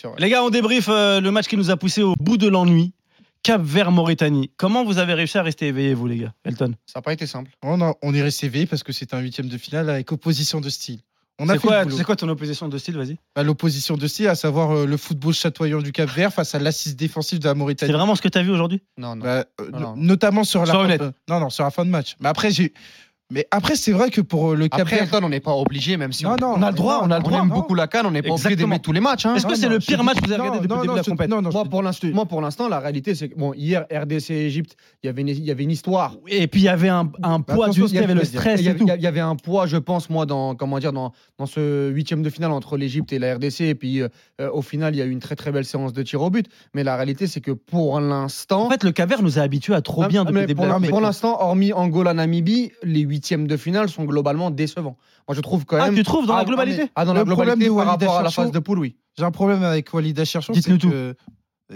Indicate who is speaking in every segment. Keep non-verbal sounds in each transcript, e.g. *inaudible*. Speaker 1: C'est vrai.
Speaker 2: Les gars, on débrief euh, le match qui nous a poussé au bout de l'ennui. Cap vers Mauritanie. Comment vous avez réussi à rester éveillé, vous, les gars Elton
Speaker 1: Ça n'a pas été simple.
Speaker 3: On, a- Oh, on est resté éveillé parce que c'est un huitième de finale avec opposition de style. On a
Speaker 2: C'est
Speaker 3: fait
Speaker 2: quoi,
Speaker 3: le boulot.
Speaker 2: c'est quoi ton opposition de style Vas-y.
Speaker 3: Bah, l'opposition de style, à savoir euh, le football chatoyant du Cap Vert face à l'assise défensive de la
Speaker 2: C'est
Speaker 3: Mauritanie.
Speaker 2: vraiment ce que tu as vu aujourd'hui
Speaker 1: Non, non.
Speaker 3: Bah, euh,
Speaker 1: Ah Non,
Speaker 3: no-
Speaker 1: non.
Speaker 3: Notamment sur la
Speaker 2: Sois
Speaker 3: fin
Speaker 2: honnête.
Speaker 3: de- non, non, sur la fin de match. Mais après, j'ai. Mais après, c'est vrai que pour euh, le Cap
Speaker 1: Après,
Speaker 3: Vert.
Speaker 1: Elton, on n'est pas obligé, même si on,
Speaker 3: Non, non,
Speaker 1: on a le droit,
Speaker 3: non,
Speaker 1: on a le
Speaker 3: on
Speaker 1: droit.
Speaker 3: aime
Speaker 1: aime
Speaker 3: beaucoup
Speaker 1: beaucoup la canne, on n'est
Speaker 2: pas
Speaker 1: pas
Speaker 2: obligé
Speaker 1: obligé
Speaker 2: Exactement. d'aimer
Speaker 1: d'aimer tous les matchs.
Speaker 4: hein.
Speaker 2: Est-ce que c'est le
Speaker 3: je
Speaker 2: pire
Speaker 3: te
Speaker 2: match
Speaker 3: dis-
Speaker 2: que vous avez regardé
Speaker 3: non,
Speaker 2: depuis le
Speaker 3: non,
Speaker 2: début
Speaker 3: non,
Speaker 2: de la
Speaker 3: je te-
Speaker 2: compète
Speaker 3: Non, non, je
Speaker 4: Moi,
Speaker 3: te-
Speaker 4: pour l'instant, moi, pour l'instant, la réalité, c'est que bon, hier, RDC Égypte, il y avait une, il y avait une histoire. Bah,
Speaker 2: Et puis il y avait un, un poids du
Speaker 4: Attention,
Speaker 2: il y avait le stress
Speaker 4: il y
Speaker 2: et
Speaker 4: avait,
Speaker 2: tout.
Speaker 4: il y avait un poids, je pense, moi, dans comment dire, dans, dans ce huitième de finale entre l'Égypte et la RDC. Et puis, euh, euh, au final, il y a eu une très très belle séance de tir au but. Mais la réalité, c'est que pour l'instant,
Speaker 2: En fait, le Cavert nous a habitués à trop
Speaker 4: Non,
Speaker 2: bien
Speaker 4: Ah, mais
Speaker 2: depuis le début
Speaker 4: pour
Speaker 2: de la
Speaker 4: l'in- pour
Speaker 2: compétition.
Speaker 4: l'instant, hormis Angola, Namibie, les huitièmes de finale sont globalement décevants. Moi, je trouve quand
Speaker 2: Ah,
Speaker 4: même.
Speaker 2: tu trouves dans
Speaker 4: Ah,
Speaker 2: la
Speaker 4: non, mais-
Speaker 2: globalité
Speaker 4: Ah, dans
Speaker 3: Le
Speaker 4: la
Speaker 3: problème
Speaker 4: globalité
Speaker 3: de
Speaker 4: par
Speaker 3: Walid
Speaker 4: rapport à la
Speaker 3: Acharchou-
Speaker 4: phase de poule, oui.
Speaker 3: J'ai un problème avec Walid Acharchon. c'est
Speaker 2: Dites-nous
Speaker 3: que-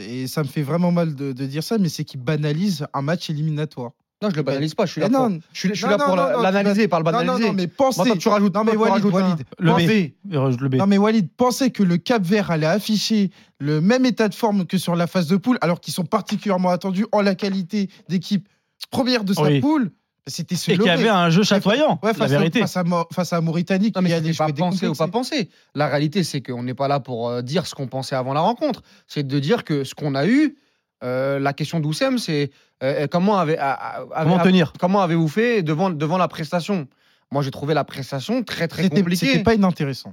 Speaker 3: Et ça me fait vraiment mal de, de dire ça, mais c'est qu'il banalise un match éliminatoire.
Speaker 4: Non, je le banalise pas. Je suis là
Speaker 3: Mais
Speaker 4: pour,
Speaker 3: non.
Speaker 4: je suis, je suis
Speaker 3: Non,
Speaker 4: là
Speaker 3: non,
Speaker 4: pour la-
Speaker 3: non, non,
Speaker 4: l'analyser, par le
Speaker 3: Non, non,
Speaker 4: banaliser.
Speaker 3: non, mais pensez.
Speaker 4: Moi, toi, tu rajoutes.
Speaker 3: Non, mais
Speaker 4: toi, tu
Speaker 3: Walid,
Speaker 4: rajoutes un-
Speaker 3: Walid.
Speaker 2: Le
Speaker 3: pensez-
Speaker 2: B. Euh, je Le B.
Speaker 3: Non mais Walid, pensez que le Cap Vert allait afficher le même état de forme que sur la phase de poule, alors qu'ils sont particulièrement attendus en la qualité d'équipe première de sa
Speaker 2: Oui.
Speaker 3: poule. C'était se
Speaker 2: Et qu'il y
Speaker 3: leurrer.
Speaker 2: avait un jeu chatoyant,
Speaker 3: Ouais,
Speaker 2: la
Speaker 3: face,
Speaker 2: vérité.
Speaker 3: À, face, à, Mo- face à Mauritanie
Speaker 4: Non,
Speaker 3: qui
Speaker 4: mais
Speaker 3: allait
Speaker 4: c'était
Speaker 3: jouer
Speaker 4: pas
Speaker 3: des
Speaker 4: penser ou pas
Speaker 3: complexes.
Speaker 4: penser. La réalité, c'est qu'on n'est pas là pour euh, dire ce qu'on pensait avant la rencontre. C'est de dire que ce qu'on a eu, euh, la question d'Oussem, c'est euh, euh, comment avez, a- a- avez-
Speaker 2: Comment
Speaker 4: a-
Speaker 2: tenir
Speaker 4: comment avez-vous fait devant, devant la prestation Moi, j'ai trouvé la prestation très très
Speaker 3: C'était
Speaker 4: compliquée.
Speaker 3: c'était pas inintéressant.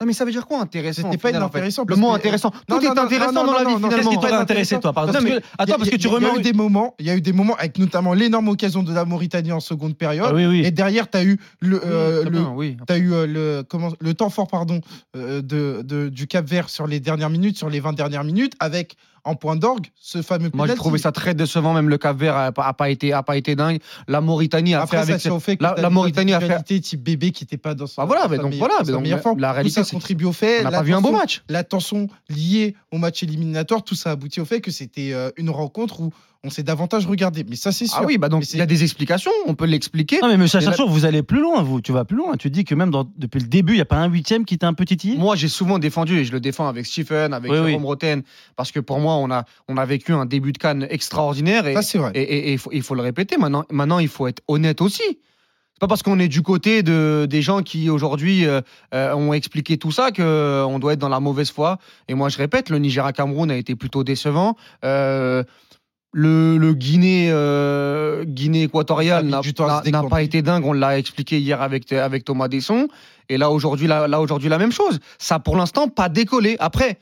Speaker 4: Non, mais ça veut dire quoi intéressant
Speaker 3: C'était
Speaker 4: au
Speaker 3: pas
Speaker 4: final, en fait
Speaker 3: inintéressant,
Speaker 4: Le
Speaker 3: parce
Speaker 4: mot
Speaker 3: que-
Speaker 4: intéressant.
Speaker 3: Non,
Speaker 4: Tout
Speaker 3: non,
Speaker 4: est
Speaker 3: non,
Speaker 4: intéressant
Speaker 3: non,
Speaker 4: dans la
Speaker 3: non,
Speaker 4: vie
Speaker 3: non,
Speaker 2: Qu'est-ce
Speaker 4: finalement.
Speaker 2: qui
Speaker 3: pas
Speaker 2: t'aurait intéressé,
Speaker 3: intéressant.
Speaker 2: toi, par
Speaker 3: Parce
Speaker 2: exemple
Speaker 3: que
Speaker 2: Parce que- Attends, parce que tu
Speaker 3: Il y a
Speaker 2: remets.
Speaker 3: eu des moments, il y a eu des moments avec notamment l'énorme occasion de la Mauritanie en seconde période.
Speaker 2: Ah Oui, oui.
Speaker 3: Et derrière, tu as eu le, euh,
Speaker 4: Très
Speaker 3: le,
Speaker 4: bien, oui.
Speaker 3: T'as eu euh, le, comment, le temps fort pardon, euh, de, de- du Cap Vert sur les dernières minutes, sur les 20 dernières minutes, avec en point d'orgue ce fameux
Speaker 4: Moi, j'ai
Speaker 3: penalty.
Speaker 4: trouvé ça très décevant. Même le Cap Vert a pas, a pas été, a pas été dingue. La Mauritanie a
Speaker 3: Après,
Speaker 4: fait
Speaker 3: ça
Speaker 4: avec.
Speaker 3: tient au fait que
Speaker 4: la-
Speaker 3: t'as
Speaker 4: la
Speaker 3: des
Speaker 4: Mauritanie a fait-
Speaker 3: individualités type bébé qui n'était pas dans son.
Speaker 4: Ah, voilà,
Speaker 3: dans
Speaker 4: mais
Speaker 3: sa
Speaker 4: donc
Speaker 3: meilleure-
Speaker 4: voilà,
Speaker 3: dans
Speaker 4: mais
Speaker 3: sa
Speaker 4: donc
Speaker 3: meilleure forme.
Speaker 4: la
Speaker 3: Tout
Speaker 4: réalité,
Speaker 3: ça
Speaker 4: c'est-
Speaker 3: contribue au fait.
Speaker 4: on n'a
Speaker 3: la
Speaker 4: pas vu un beau
Speaker 3: tension-
Speaker 4: match. Ah
Speaker 3: La tension liée au match éliminatoire, tout ça aboutit au fait que c'était euh, une rencontre où on s'est davantage regardé. Mais ça, c'est sûr.
Speaker 4: Ah oui, bah
Speaker 3: Mais
Speaker 4: donc
Speaker 3: c'est- Ah,
Speaker 4: il y a des explications, on peut l'expliquer.
Speaker 2: Non, mais monsieur
Speaker 4: Et la-
Speaker 2: Sachon, vous allez plus loin, vous. Tu vas plus loin. Tu dis que même dans- depuis le début, il n'y a pas un huitième qui t'a un petit titillé
Speaker 4: Moi, j'ai souvent défendu, et je le défends avec Stephen, avec
Speaker 2: Oui, oui.
Speaker 4: Jérôme Roten, parce que pour moi, on a, on a vécu un début de Cannes extraordinaire. Et,
Speaker 3: Ça, c'est vrai.
Speaker 4: et, et- et il faut, il faut le répéter. Maintenant, maintenant, il faut être honnête aussi. C'est pas parce qu'on est du côté de, des gens qui aujourd'hui euh, euh, ont expliqué tout ça que euh, on doit être dans la mauvaise foi. Et moi, je répète, le Nigeria Cameroun a été plutôt décevant. Euh, le, le Guinée euh, Guinée équatoriale
Speaker 3: La
Speaker 4: n'a
Speaker 3: victoire
Speaker 4: n'a-
Speaker 3: se décante.
Speaker 4: n'a pas été dingue. On l'a expliqué hier avec avec Thomas Desson. Et là aujourd'hui, là, là, aujourd'hui la même chose. Ça pour l'instant pas décollé. Après,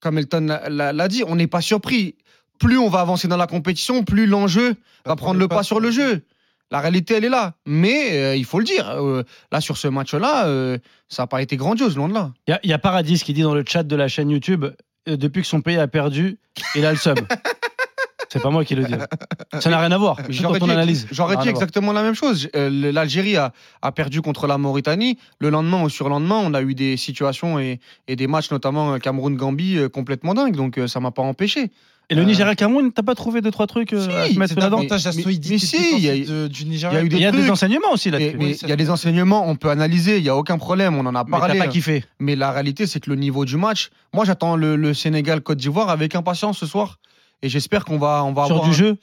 Speaker 4: comme Elton l'a- l'a l'a dit, on n'est pas surpris. Plus on va avancer dans la compétition, plus l'enjeu va prendre le pas sur le jeu. La réalité, elle est là. Mais euh, il faut le dire, euh, là, sur ce match-là, euh, ça n'a pas été grandiose, loin de là.
Speaker 2: Il y a- il y, a Paradis qui dit dans le chat de la chaîne YouTube euh, depuis que son pays a perdu, il a le seum. C'est pas moi qui le dis. Ça n'a rien à voir. Je
Speaker 4: J'aurais
Speaker 2: quand on
Speaker 4: dit-
Speaker 2: analyse.
Speaker 4: J'aurais
Speaker 2: Ça n'a
Speaker 4: dit
Speaker 2: rien à voir.
Speaker 4: exactement la même chose. J- euh, le- L'Algérie a, a perdu contre la Mauritanie. Le lendemain ou surlendemain, on a eu des situations et, et des matchs, notamment euh, Cameroun-Gambie, euh, complètement dingues. Donc euh, ça m'a pas empêché.
Speaker 2: Et le
Speaker 4: Euh,
Speaker 2: Nigeria Cameroun, t'as pas trouvé deux trois trucs euh,
Speaker 4: Si,
Speaker 2: à se mettre
Speaker 3: C'est
Speaker 2: sous la dent
Speaker 3: davantage la
Speaker 4: Mais- mais-
Speaker 3: solidité
Speaker 4: mais si, il y a-
Speaker 3: défensive de- du Nigeria.
Speaker 4: il y a eu
Speaker 2: Il y a
Speaker 4: des
Speaker 2: des
Speaker 4: trucs.
Speaker 2: enseignements aussi
Speaker 4: Et-
Speaker 2: là-dessus.
Speaker 4: mais
Speaker 2: Mais,
Speaker 4: il y a des enseignements, on peut analyser, il n'y a aucun problème, on en a
Speaker 2: t'as
Speaker 4: parlé.
Speaker 2: pas kiffé.
Speaker 4: Mais la réalité, c'est que le niveau du match, moi j'attends le, le Sénégal-Côte d'Ivoire avec impatience ce soir. Et j'espère qu'on va, on va
Speaker 2: Sur
Speaker 4: avoir.
Speaker 2: du
Speaker 4: un-
Speaker 2: jeu,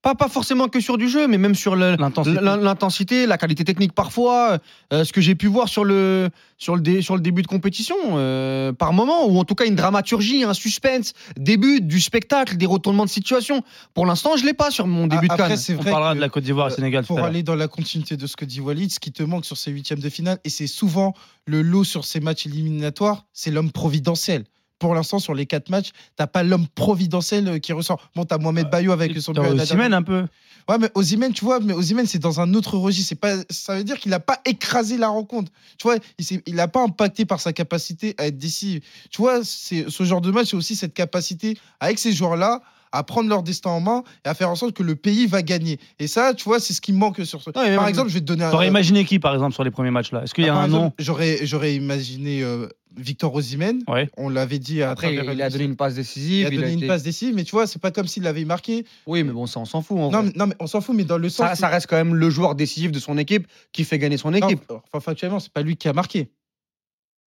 Speaker 4: Pas, pas forcément que sur du jeu, mais même sur le-
Speaker 2: l'intensité.
Speaker 4: l'in- l'intensité, la qualité technique parfois, euh, ce que j'ai pu voir sur le, sur le, dé- sur le début de compétition, euh, par moment, ou en tout cas une dramaturgie, un suspense, des buts, du spectacle, des retournements de situation. Pour l'instant, je ne l'ai pas sur mon début
Speaker 3: Ah,
Speaker 4: de
Speaker 3: après,
Speaker 4: Cannes.
Speaker 3: c'est
Speaker 2: On
Speaker 3: vrai
Speaker 2: parlera
Speaker 3: que-
Speaker 2: de la Côte d'Ivoire et
Speaker 3: euh,
Speaker 2: Sénégal tout
Speaker 3: pour
Speaker 2: à l'heure.
Speaker 3: aller dans la continuité de ce que dit Walid, ce qui te manque sur ces huitièmes de finale, et c'est souvent le lot sur ces matchs éliminatoires, c'est l'homme providentiel. Pour l'instant, sur les quatre matchs, t'as pas l'homme providentiel euh, qui ressort. Bon, t'as Mohamed Bayo avec son but à la
Speaker 2: T'as
Speaker 3: dernière-
Speaker 2: Osimhen un peu.
Speaker 3: Ouais, mais Osimhen, tu vois, mais Osimhen, c'est dans un autre registre. C'est pas, ça veut dire qu'il n'a pas écrasé la rencontre. Tu vois, il s'est- il n'a pas impacté par sa capacité à être décisif. Tu vois, c'est ce genre de match, c'est aussi cette capacité avec ces joueurs-là à prendre leur destin en main et à faire en sorte que le pays va gagner. Et ça, tu vois, c'est ce qui manque sur ce.
Speaker 4: mais
Speaker 3: par
Speaker 4: même-
Speaker 3: exemple, je vais te donner un.
Speaker 2: T'aurais imaginé qui, par exemple, sur les premiers matchs là Est-ce qu'il y a
Speaker 3: Ah, par
Speaker 2: un
Speaker 3: exemple,
Speaker 2: nom
Speaker 3: J'aurais, j'aurais imaginé euh, Victor Osimhen.
Speaker 2: Ouais.
Speaker 3: On l'avait dit à
Speaker 4: Après,
Speaker 3: travers
Speaker 4: il a donné une passe
Speaker 3: il
Speaker 4: décisive.
Speaker 3: a donné une
Speaker 4: été-
Speaker 3: passe décisive, mais tu vois, c'est pas comme s'il l'avait marqué.
Speaker 4: Oui, mais bon, ça, on s'en fout. en
Speaker 3: Non,
Speaker 4: vrai.
Speaker 3: mais, non, mais on s'en fout, mais dans le sens.
Speaker 4: ça,
Speaker 3: où-
Speaker 4: ça reste quand même le joueur décisif de son équipe qui fait gagner son
Speaker 3: Non, euh,
Speaker 4: équipe.
Speaker 3: enfin, factuellement, c'est pas lui qui a marqué.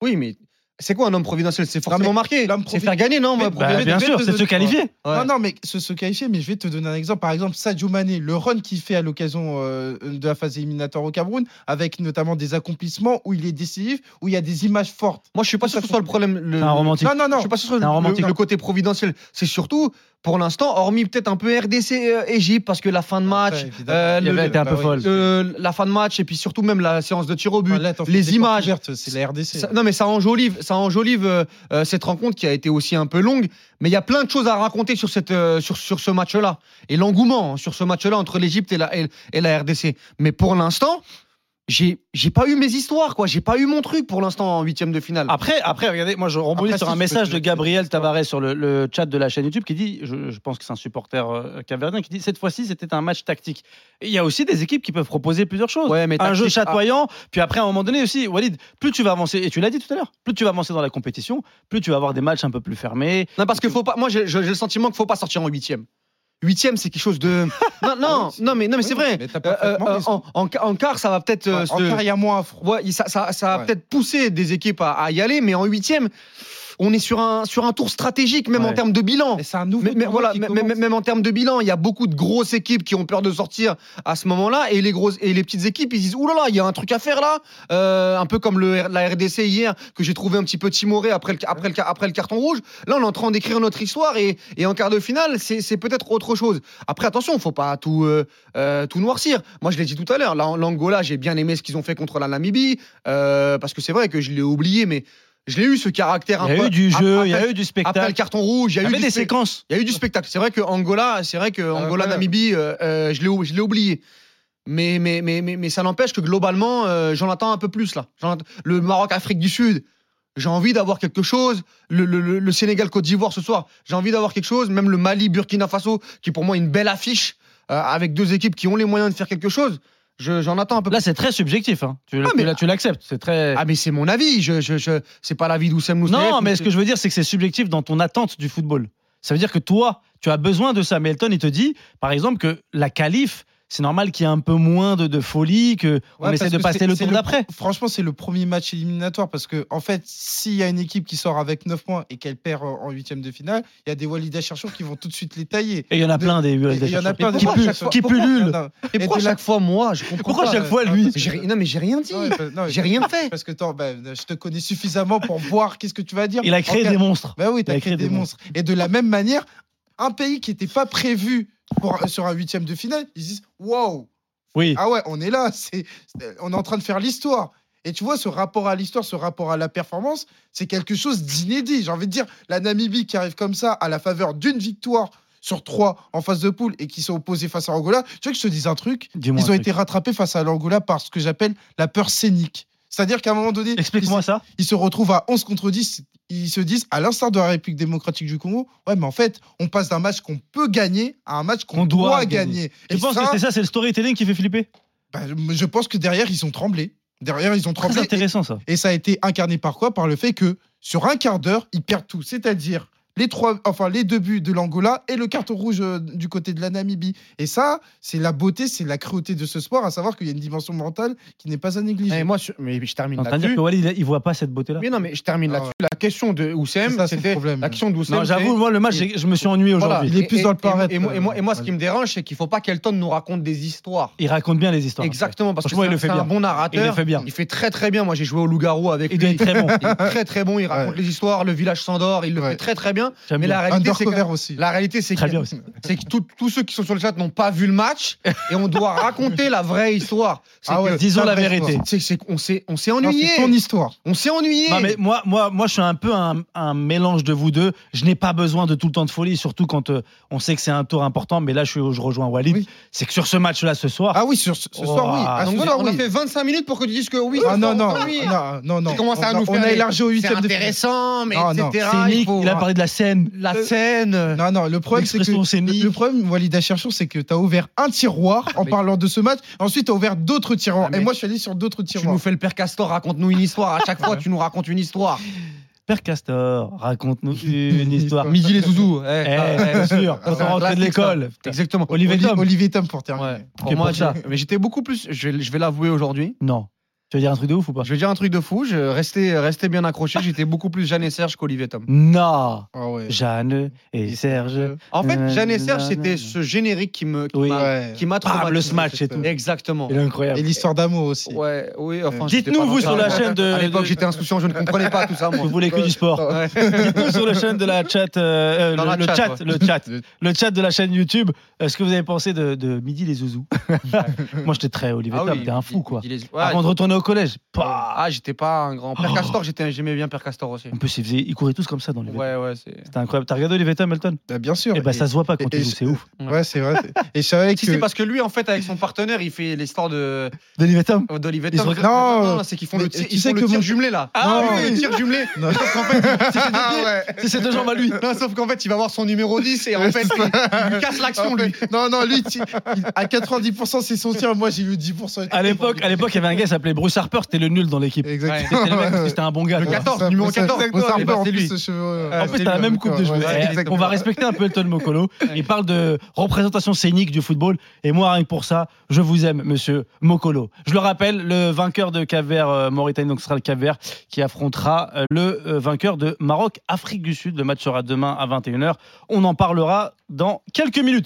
Speaker 4: Oui, mais C'est quoi un homme providentiel C'est forcément
Speaker 3: mais
Speaker 4: marqué.
Speaker 3: l'homme
Speaker 4: C'est
Speaker 3: provi-
Speaker 4: faire gagner, non
Speaker 3: Mais-
Speaker 4: moi,
Speaker 3: bah,
Speaker 2: Bah,
Speaker 4: providentiel.
Speaker 2: bien
Speaker 3: mais
Speaker 2: sûr,
Speaker 3: deux-
Speaker 2: c'est
Speaker 3: deux-
Speaker 2: se qualifier.
Speaker 4: Ouais.
Speaker 3: Non, non, mais se, se qualifier, mais je vais te donner un exemple. Par exemple, Sadio Mané, le run qu'il fait à l'occasion euh, de la phase éliminatoire au Cameroun, avec notamment des accomplissements où il est décisif, où il y a des images fortes.
Speaker 4: Moi, je suis pas sûr que ce soit le problème. le-
Speaker 2: C'est un romantique.
Speaker 3: Non, non, non.
Speaker 4: Je suis pas sûr que ce
Speaker 2: C'est un
Speaker 4: soit le-
Speaker 2: romantique.
Speaker 4: le, le côté providentiel. C'est surtout, pour l'instant, hormis peut-être un peu RDC euh, Égypte, parce que la fin de match,
Speaker 3: Après, évidemment,
Speaker 4: euh,
Speaker 2: Il y
Speaker 4: le-
Speaker 2: avait été un peu
Speaker 3: bah oui.
Speaker 2: folle.
Speaker 4: le- la fin de match, et puis surtout même la séance de tir au but,
Speaker 3: Enfin, là, t'en fais des
Speaker 4: les
Speaker 3: portes
Speaker 4: images.
Speaker 3: ouvertes, C'est la RDC.
Speaker 4: Ça- non, mais ça enjolive, ça enjolive euh, euh, cette rencontre qui a été aussi un peu longue. Mais il y a plein de choses à raconter sur, cette, euh, sur, sur ce match-là. Et l'engouement hein, sur ce match-là entre l'Égypte et la, et, et la RDC. Mais pour l'instant, j'ai j'ai pas eu mes histoires, quoi. J'ai pas eu mon truc pour l'instant en huitième de finale.
Speaker 2: Après, après, regardez, moi je rebondis
Speaker 3: Après,
Speaker 2: sur
Speaker 3: si, je
Speaker 2: un
Speaker 3: peux
Speaker 2: message
Speaker 3: te-
Speaker 2: de Gabriel Tavares sur le, le chat de la chaîne YouTube qui dit, je, je pense que c'est un supporter euh, capverdien, qui dit cette fois-ci c'était un match tactique. Et il y a aussi des équipes qui peuvent proposer plusieurs choses.
Speaker 4: Ouais, mais
Speaker 2: un jeu
Speaker 4: tactique- ah.
Speaker 2: chatoyant, puis après à un moment donné aussi, Walid, plus tu vas avancer, et tu l'as dit tout à l'heure, plus tu vas avancer dans la compétition, plus tu vas avoir des matchs un peu plus fermés.
Speaker 4: Ah, Non, parce que faut pas. Moi, j'ai j'ai le sentiment qu'il faut pas sortir en huitième. Huitième, c'est quelque chose de. Non, non, non, mais non, mais c'est vrai.
Speaker 3: Mais t'as
Speaker 4: Euh, euh,
Speaker 3: parfaitement raison.
Speaker 4: en, en, en quart, ça va peut-être. euh,
Speaker 3: En
Speaker 4: se-
Speaker 3: quart, il y a moins à froid.
Speaker 4: Ouais, il- ça, ça, ça a
Speaker 3: Ouais.
Speaker 4: peut-être poussé des équipes à, à y aller, mais en huitième, on est sur un, sur un tour stratégique, même en
Speaker 2: Ouais.
Speaker 4: termes de bilan.
Speaker 3: Mais C'est un nouveau.
Speaker 4: Mais, mais
Speaker 3: tournoi
Speaker 4: voilà,
Speaker 3: qui
Speaker 4: mais- mais-
Speaker 3: commence.
Speaker 4: même en termes de bilan, il y a beaucoup de grosses équipes qui ont peur de sortir à ce moment-là, et les grosses et les petites équipes, ils disent Ouh là là, il y a un truc à faire là, Euh, un peu comme le, R- la RDC hier que j'ai trouvé un petit peu timoré après le, après le, ca- après le carton rouge. Là, on est en train d'écrire notre histoire, et, et en quart de finale, c'est c'est peut-être autre chose. Après, attention, faut pas tout euh, euh, tout noircir. Moi, je l'ai dit tout à l'heure, là, en- l'Angola, j'ai bien aimé ce qu'ils ont fait contre la Namibie, euh, parce que c'est vrai que je l'ai oublié, mais je l'ai eu ce caractère
Speaker 2: Il y
Speaker 4: un
Speaker 2: a
Speaker 4: peu-
Speaker 2: eu du
Speaker 4: ap-
Speaker 2: jeu,
Speaker 4: après-
Speaker 2: il y a eu du
Speaker 4: après le
Speaker 2: spectacle,
Speaker 4: carton rouge, il
Speaker 2: il
Speaker 4: y a
Speaker 2: y
Speaker 4: eu
Speaker 2: avait
Speaker 4: du
Speaker 2: des
Speaker 4: spectacle.
Speaker 2: séquences.
Speaker 4: Il y a eu du spectacle. C'est vrai que Angola, c'est vrai que Angola,
Speaker 3: ouais.
Speaker 4: Namibie, euh, euh, je l'ai ou- je l'ai oublié. Mais, mais, mais, mais, mais ça n'empêche que globalement, euh, j'en attends un peu plus là. J'en att- Le Maroc, Afrique du Sud, j'ai envie d'avoir quelque chose. Le, le- le- le Sénégal, Côte d'Ivoire ce soir, j'ai envie d'avoir quelque chose. Même le Mali, Burkina Faso, qui pour moi est une belle affiche euh, avec deux équipes qui ont les moyens de faire quelque chose. Je- J'en attends un peu
Speaker 2: Là c'est très subjectif, hein. tu,
Speaker 4: Ah,
Speaker 2: tu
Speaker 4: mais-
Speaker 2: l'as- tu l'acceptes, c'est très...
Speaker 4: plus. Ah mais c'est mon avis. Je, je, je- c'est pas l'avis d'Oussem Moussef.
Speaker 2: Non, mais ce
Speaker 4: c'est-
Speaker 2: que je veux dire, c'est que c'est subjectif dans ton attente du football. Ça veut dire que toi, tu as besoin de ça. Mais Elton, il te dit, par exemple, que la qualif, c'est normal qu'il y ait un peu moins de, de folie, que on
Speaker 3: Ouais,
Speaker 2: essaie
Speaker 3: parce
Speaker 2: de
Speaker 3: que
Speaker 2: passer
Speaker 3: c'est-
Speaker 2: le
Speaker 3: c'est
Speaker 2: tour d'après.
Speaker 3: Franchement, c'est le premier match éliminatoire parce que, en fait, s'il y a une équipe qui sort avec 9 points et qu'elle perd euh, en huitième de finale, il y a des Walid Acharchour qui vont tout de suite les tailler.
Speaker 2: Et il y en a
Speaker 3: de-
Speaker 2: plein des
Speaker 3: Et Il y en a plein
Speaker 4: Mais
Speaker 3: des
Speaker 2: qui,
Speaker 4: pourquoi
Speaker 2: pu-
Speaker 4: chaque fois-
Speaker 2: qui
Speaker 4: pourquoi-
Speaker 2: pullulent.
Speaker 3: Non,
Speaker 4: Et pourquoi
Speaker 3: Et de la-
Speaker 4: chaque fois moi Je comprends
Speaker 2: Pourquoi
Speaker 4: pas.
Speaker 2: chaque fois,
Speaker 3: non,
Speaker 2: lui
Speaker 3: parce que-
Speaker 4: Euh, J'ai ri- Non mais j'ai rien dit.
Speaker 3: Ouais, bah, non,
Speaker 4: J'ai rien
Speaker 3: parce-
Speaker 4: fait.
Speaker 3: Parce que t'en- bah, je te connais
Speaker 4: *laughs*
Speaker 3: suffisamment pour voir qu'est-ce que tu vas dire.
Speaker 2: Il a créé des
Speaker 3: monstres.
Speaker 2: monstres.
Speaker 3: Bah oui,
Speaker 2: Il
Speaker 3: t'as
Speaker 2: a
Speaker 3: créé des monstres. Et de la même manière, un pays qui n'était pas prévu pour, euh, sur un huitième de finale, ils disent Wow,
Speaker 2: Oui.
Speaker 3: ah ouais, on est là, *laughs* c'est, c'est- on est en train de faire l'histoire. Et tu vois, ce rapport à l'histoire, ce rapport à la performance, c'est quelque chose d'inédit. J'ai envie de dire, la Namibie qui arrive comme ça à la faveur d'une victoire sur trois en phase de poule et qui sont opposés face à Angola, tu veux que je te dise un truc
Speaker 2: Dis-moi.
Speaker 3: Ils
Speaker 2: un
Speaker 3: ont
Speaker 2: truc.
Speaker 3: été rattrapés face à l'Angola par ce que j'appelle la peur scénique. C'est-à-dire qu'à un moment donné, ils
Speaker 2: Explique-moi ça.
Speaker 3: ils se retrouvent à 11 contre 10. Ils se disent, à l'instar de la République démocratique du Congo, ouais, mais en fait, on passe d'un match qu'on peut gagner à un match qu'on
Speaker 2: Qu'on doit
Speaker 3: doit,
Speaker 2: gagner.
Speaker 3: gagner.
Speaker 2: Tu
Speaker 3: Et
Speaker 2: penses
Speaker 3: ça,
Speaker 2: que c'est ça, c'est le storytelling qui fait flipper
Speaker 3: bah, je pense que derrière, ils ont tremblé. Derrière,
Speaker 2: *laughs*
Speaker 3: ils ont
Speaker 2: Très
Speaker 3: tremblé.
Speaker 2: intéressant ça.
Speaker 3: Et ça a été incarné par quoi Par le fait que sur un quart d'heure, ils perdent tout. C'est-à-dire les trois, enfin les deux buts de l'Angola et le carton rouge euh, du côté de la Namibie. Et ça, c'est la beauté, c'est la cruauté de ce sport, à savoir qu'il y a une dimension mentale qui n'est pas à négliger.
Speaker 4: Eh, moi, sur- mais je termine
Speaker 2: En train de dire
Speaker 4: là-dessus.
Speaker 2: que Walid, il voit pas cette beauté-là.
Speaker 4: Mais non, mais je termine
Speaker 3: Ah
Speaker 4: là-dessus. La question de
Speaker 3: C'est
Speaker 4: Oussem,
Speaker 3: ça, c'est le
Speaker 4: c'était
Speaker 3: problème.
Speaker 4: la question d'Oussem.
Speaker 2: Non, j'avoue,
Speaker 4: c'est-
Speaker 2: moi, le match, j'ai- je me suis ennuyé
Speaker 4: voilà,
Speaker 2: aujourd'hui.
Speaker 3: il est plus
Speaker 4: et-
Speaker 3: dans le
Speaker 4: et-
Speaker 3: paraître,
Speaker 4: Et, moi- et moi, et moi, ce
Speaker 3: euh,
Speaker 4: qui me dérange, c'est qu'il faut pas qu'Elton nous raconte des histoires.
Speaker 2: Il raconte bien les histoires.
Speaker 4: Exactement, parce que
Speaker 2: Franchement, il le
Speaker 4: c'est
Speaker 2: fait
Speaker 4: un
Speaker 2: bien.
Speaker 4: bon
Speaker 2: Il
Speaker 4: narrateur.
Speaker 2: le fait bien.
Speaker 4: Il fait très très bien. Moi, j'ai joué au Loup-Garou avec
Speaker 2: Il
Speaker 4: lui.
Speaker 2: doit être très bon.
Speaker 4: Il est *laughs* très très bon. Il raconte
Speaker 3: Ouais.
Speaker 4: les histoires. Le village s'endort. Il le
Speaker 3: Ouais.
Speaker 4: fait très très bien.
Speaker 2: J'aime
Speaker 4: Mais
Speaker 2: bien.
Speaker 4: la réalité, c'est que
Speaker 3: Undercover aussi.
Speaker 4: la réalité, c'est
Speaker 2: Très
Speaker 4: que
Speaker 2: bien aussi.
Speaker 4: c'est que tout- tous ceux qui sont sur le chat n'ont pas vu le match et on doit raconter la vraie histoire. C'est
Speaker 3: Ah ouais,
Speaker 4: que-
Speaker 2: Disons la
Speaker 3: vraie
Speaker 2: vérité.
Speaker 4: c'est- c'est qu'on s'est on s'est
Speaker 3: Non,
Speaker 4: ennuyé.
Speaker 3: c'est ton histoire.
Speaker 4: On s'est ennuyé.
Speaker 2: Non, mais moi, moi, moi, je suis un peu un, un mélange de vous deux. Je n'ai pas besoin de tout le temps de folie, surtout quand euh, on sait que c'est un tour important. Mais là, je, suis- je rejoins Walid.
Speaker 3: Oui.
Speaker 2: C'est que sur ce match-là ce soir,
Speaker 3: Ah oui, sur ce, ce
Speaker 2: Oh,
Speaker 3: soir, oui.
Speaker 2: ah,
Speaker 3: Ah,
Speaker 4: Donc
Speaker 3: ce
Speaker 4: voilà,
Speaker 3: soir,
Speaker 4: on a
Speaker 3: oui.
Speaker 4: fait 25 minutes pour que tu dises que oui.
Speaker 3: Ah
Speaker 4: on
Speaker 3: non,
Speaker 4: s'est
Speaker 3: non,
Speaker 4: ennuyé.
Speaker 3: non, non, non.
Speaker 4: Tu commences à
Speaker 3: on, a-
Speaker 4: nous
Speaker 3: on
Speaker 4: faire
Speaker 3: a
Speaker 4: les-
Speaker 3: élargi au
Speaker 4: C'est
Speaker 3: huitième de finale.
Speaker 4: intéressant, mais
Speaker 3: Non, non,
Speaker 4: etc.
Speaker 2: c'est
Speaker 4: il
Speaker 2: Nick,
Speaker 4: faut- hein. Euh,
Speaker 2: il a parlé de la scène. Euh,
Speaker 4: La scène.
Speaker 3: Non, non, le problème, c'est que.
Speaker 2: L'expression c'est
Speaker 3: Le
Speaker 2: Nick.
Speaker 3: le problème, Walida Cherchour, c'est que tu as ouvert un tiroir en
Speaker 4: Mais-
Speaker 3: parlant de ce match. Ensuite, tu as ouvert d'autres tiroirs.
Speaker 4: Ah, mais-
Speaker 3: Et moi, je suis allé sur d'autres
Speaker 4: Tu
Speaker 3: tiroirs.
Speaker 4: nous fais le père Castor, raconte-nous une histoire. À *laughs* chaque fois, tu nous racontes une histoire.
Speaker 2: Père Castor, raconte-nous une histoire.
Speaker 4: Midi les zouzous.
Speaker 2: Eh,
Speaker 4: eh.
Speaker 2: bien sûr, quand
Speaker 4: c'est
Speaker 2: on
Speaker 4: un
Speaker 2: rentrait de
Speaker 4: classique,
Speaker 2: l'école.
Speaker 4: *laughs* Exactement.
Speaker 2: Olivier
Speaker 3: Oli-
Speaker 2: Tom.
Speaker 3: Olivier Tom pour terminer.
Speaker 4: Ouais. hein. Pour
Speaker 2: T'es
Speaker 4: moi,
Speaker 2: pour ça.
Speaker 4: j'ai- mais j'étais beaucoup plus. Je vais, je vais l'avouer aujourd'hui.
Speaker 2: Non. Tu veux dire un truc de ouf ou pas
Speaker 4: Je vais dire un truc de fou, je restais, restais bien accroché, j'étais beaucoup plus Jeanne et Serge qu'Olivier Tom.
Speaker 2: Non
Speaker 3: Ah ouais.
Speaker 2: Jeanne et Serge.
Speaker 4: En fait, Jeanne et Serge,
Speaker 2: Euh,
Speaker 4: c'était ce générique qui me qui
Speaker 2: Oui.
Speaker 4: m'a-
Speaker 3: Ouais.
Speaker 4: qui m'a
Speaker 2: Ah,
Speaker 4: traumatisé.
Speaker 2: le smash et tout.
Speaker 4: Exactement.
Speaker 2: Il est
Speaker 3: Et
Speaker 2: incroyable.
Speaker 3: l'histoire d'amour aussi.
Speaker 4: Ouais, oui, enfin,
Speaker 3: Euh,
Speaker 4: j'étais
Speaker 2: dites-nous,
Speaker 4: pas
Speaker 2: vous,
Speaker 4: dans-
Speaker 2: sur la chaîne de-
Speaker 4: À l'époque,
Speaker 2: Euh, de-
Speaker 4: j'étais insouciant, je ne comprenais *laughs* pas tout ça,
Speaker 2: Vous
Speaker 4: moi.
Speaker 2: voulez que du sport.
Speaker 4: Ouais.
Speaker 2: *laughs* Dites-nous sur le chaîne de la chat, euh, euh,
Speaker 4: Dans
Speaker 2: le,
Speaker 4: la
Speaker 2: le
Speaker 4: chat,
Speaker 2: chat,
Speaker 4: ouais.
Speaker 2: le chat,
Speaker 3: Le-
Speaker 2: le chat de la chaîne YouTube, euh, ce que vous avez pensé de, de Midi les Zouzous. Moi, j'étais très Olivier Tom, t'es un fou, quoi.
Speaker 4: Ah il- il- ouais,
Speaker 2: Avant de retourner au collège, pah
Speaker 4: Ah, j'étais pas un grand. Père
Speaker 2: Oh.
Speaker 4: Castor, j'étais- j'aimais bien Père Castor aussi.
Speaker 2: En plus, ils, faisaient- ils couraient tous comme ça dans les vêtements.
Speaker 4: Ouais, ouais, c'est.
Speaker 2: C'était incroyable. T'as regardé Olivier Tom, Elton
Speaker 3: Bah, bien sûr.
Speaker 2: Eh ben, ça se voit pas quand
Speaker 3: et-
Speaker 2: tu
Speaker 3: et-
Speaker 2: joues, c'est ouf.
Speaker 3: Ouais, c'est vrai. Et je savais
Speaker 4: Si
Speaker 3: que.
Speaker 4: c'est parce que lui, en fait, avec son partenaire, il fait l'histoire de euh,
Speaker 2: D'Olivier Tom
Speaker 4: d'Olivier
Speaker 3: Ils
Speaker 4: Tom.
Speaker 3: se regardent.
Speaker 4: Non, non, hein, c'est qu'ils font
Speaker 3: Mais
Speaker 4: le tir,
Speaker 3: tu
Speaker 4: ils
Speaker 3: sais
Speaker 4: font le
Speaker 3: que
Speaker 4: tir
Speaker 3: mon-
Speaker 4: jumelé là.
Speaker 3: Ah
Speaker 4: Non,
Speaker 3: oui,
Speaker 4: le
Speaker 3: oui.
Speaker 4: tir jumelé.
Speaker 3: Non.
Speaker 4: Sauf qu'en fait, *laughs*
Speaker 3: Ah ouais.
Speaker 2: C'est cette jambe à lui.
Speaker 4: non, sauf qu'en fait, il va voir son numéro 10 et en fait, il, il lui casse l'action *laughs* lui.
Speaker 3: Non, non, lui, tu- il- à 90%, c'est son tir. Moi, j'ai eu 10%.
Speaker 2: À l'époque, à l'époque, il y avait un gars qui s'appelait Bruce Harper, c'était le nul
Speaker 4: *laughs*
Speaker 2: dans l'équipe.
Speaker 3: Exactement.
Speaker 2: C'était le mec parce que c'était un bon gars.
Speaker 4: Le
Speaker 2: quoi.
Speaker 4: 14, numéro 14.
Speaker 3: Exactement.
Speaker 4: Eh ben,
Speaker 3: en
Speaker 4: c'est lui.
Speaker 3: plus, ce cheveu.
Speaker 4: En
Speaker 2: En plus, t'as la même coupe de cheveux.
Speaker 4: ouais,
Speaker 2: Eh,
Speaker 4: exactement.
Speaker 2: on va respecter un peu Elton Mokolo.
Speaker 4: *laughs* Ouais.
Speaker 2: Il parle de représentation scénique du football. Et moi, rien que pour ça, je vous aime, monsieur Mokolo. Je le rappelle, le vainqueur de Cap-Vert, euh, Mauritanie, donc ce sera le Cap-Vert, qui affrontera euh, le euh, vainqueur de Maroc, Afrique du Sud. Le match sera demain à 21h. On en parlera dans quelques minutes.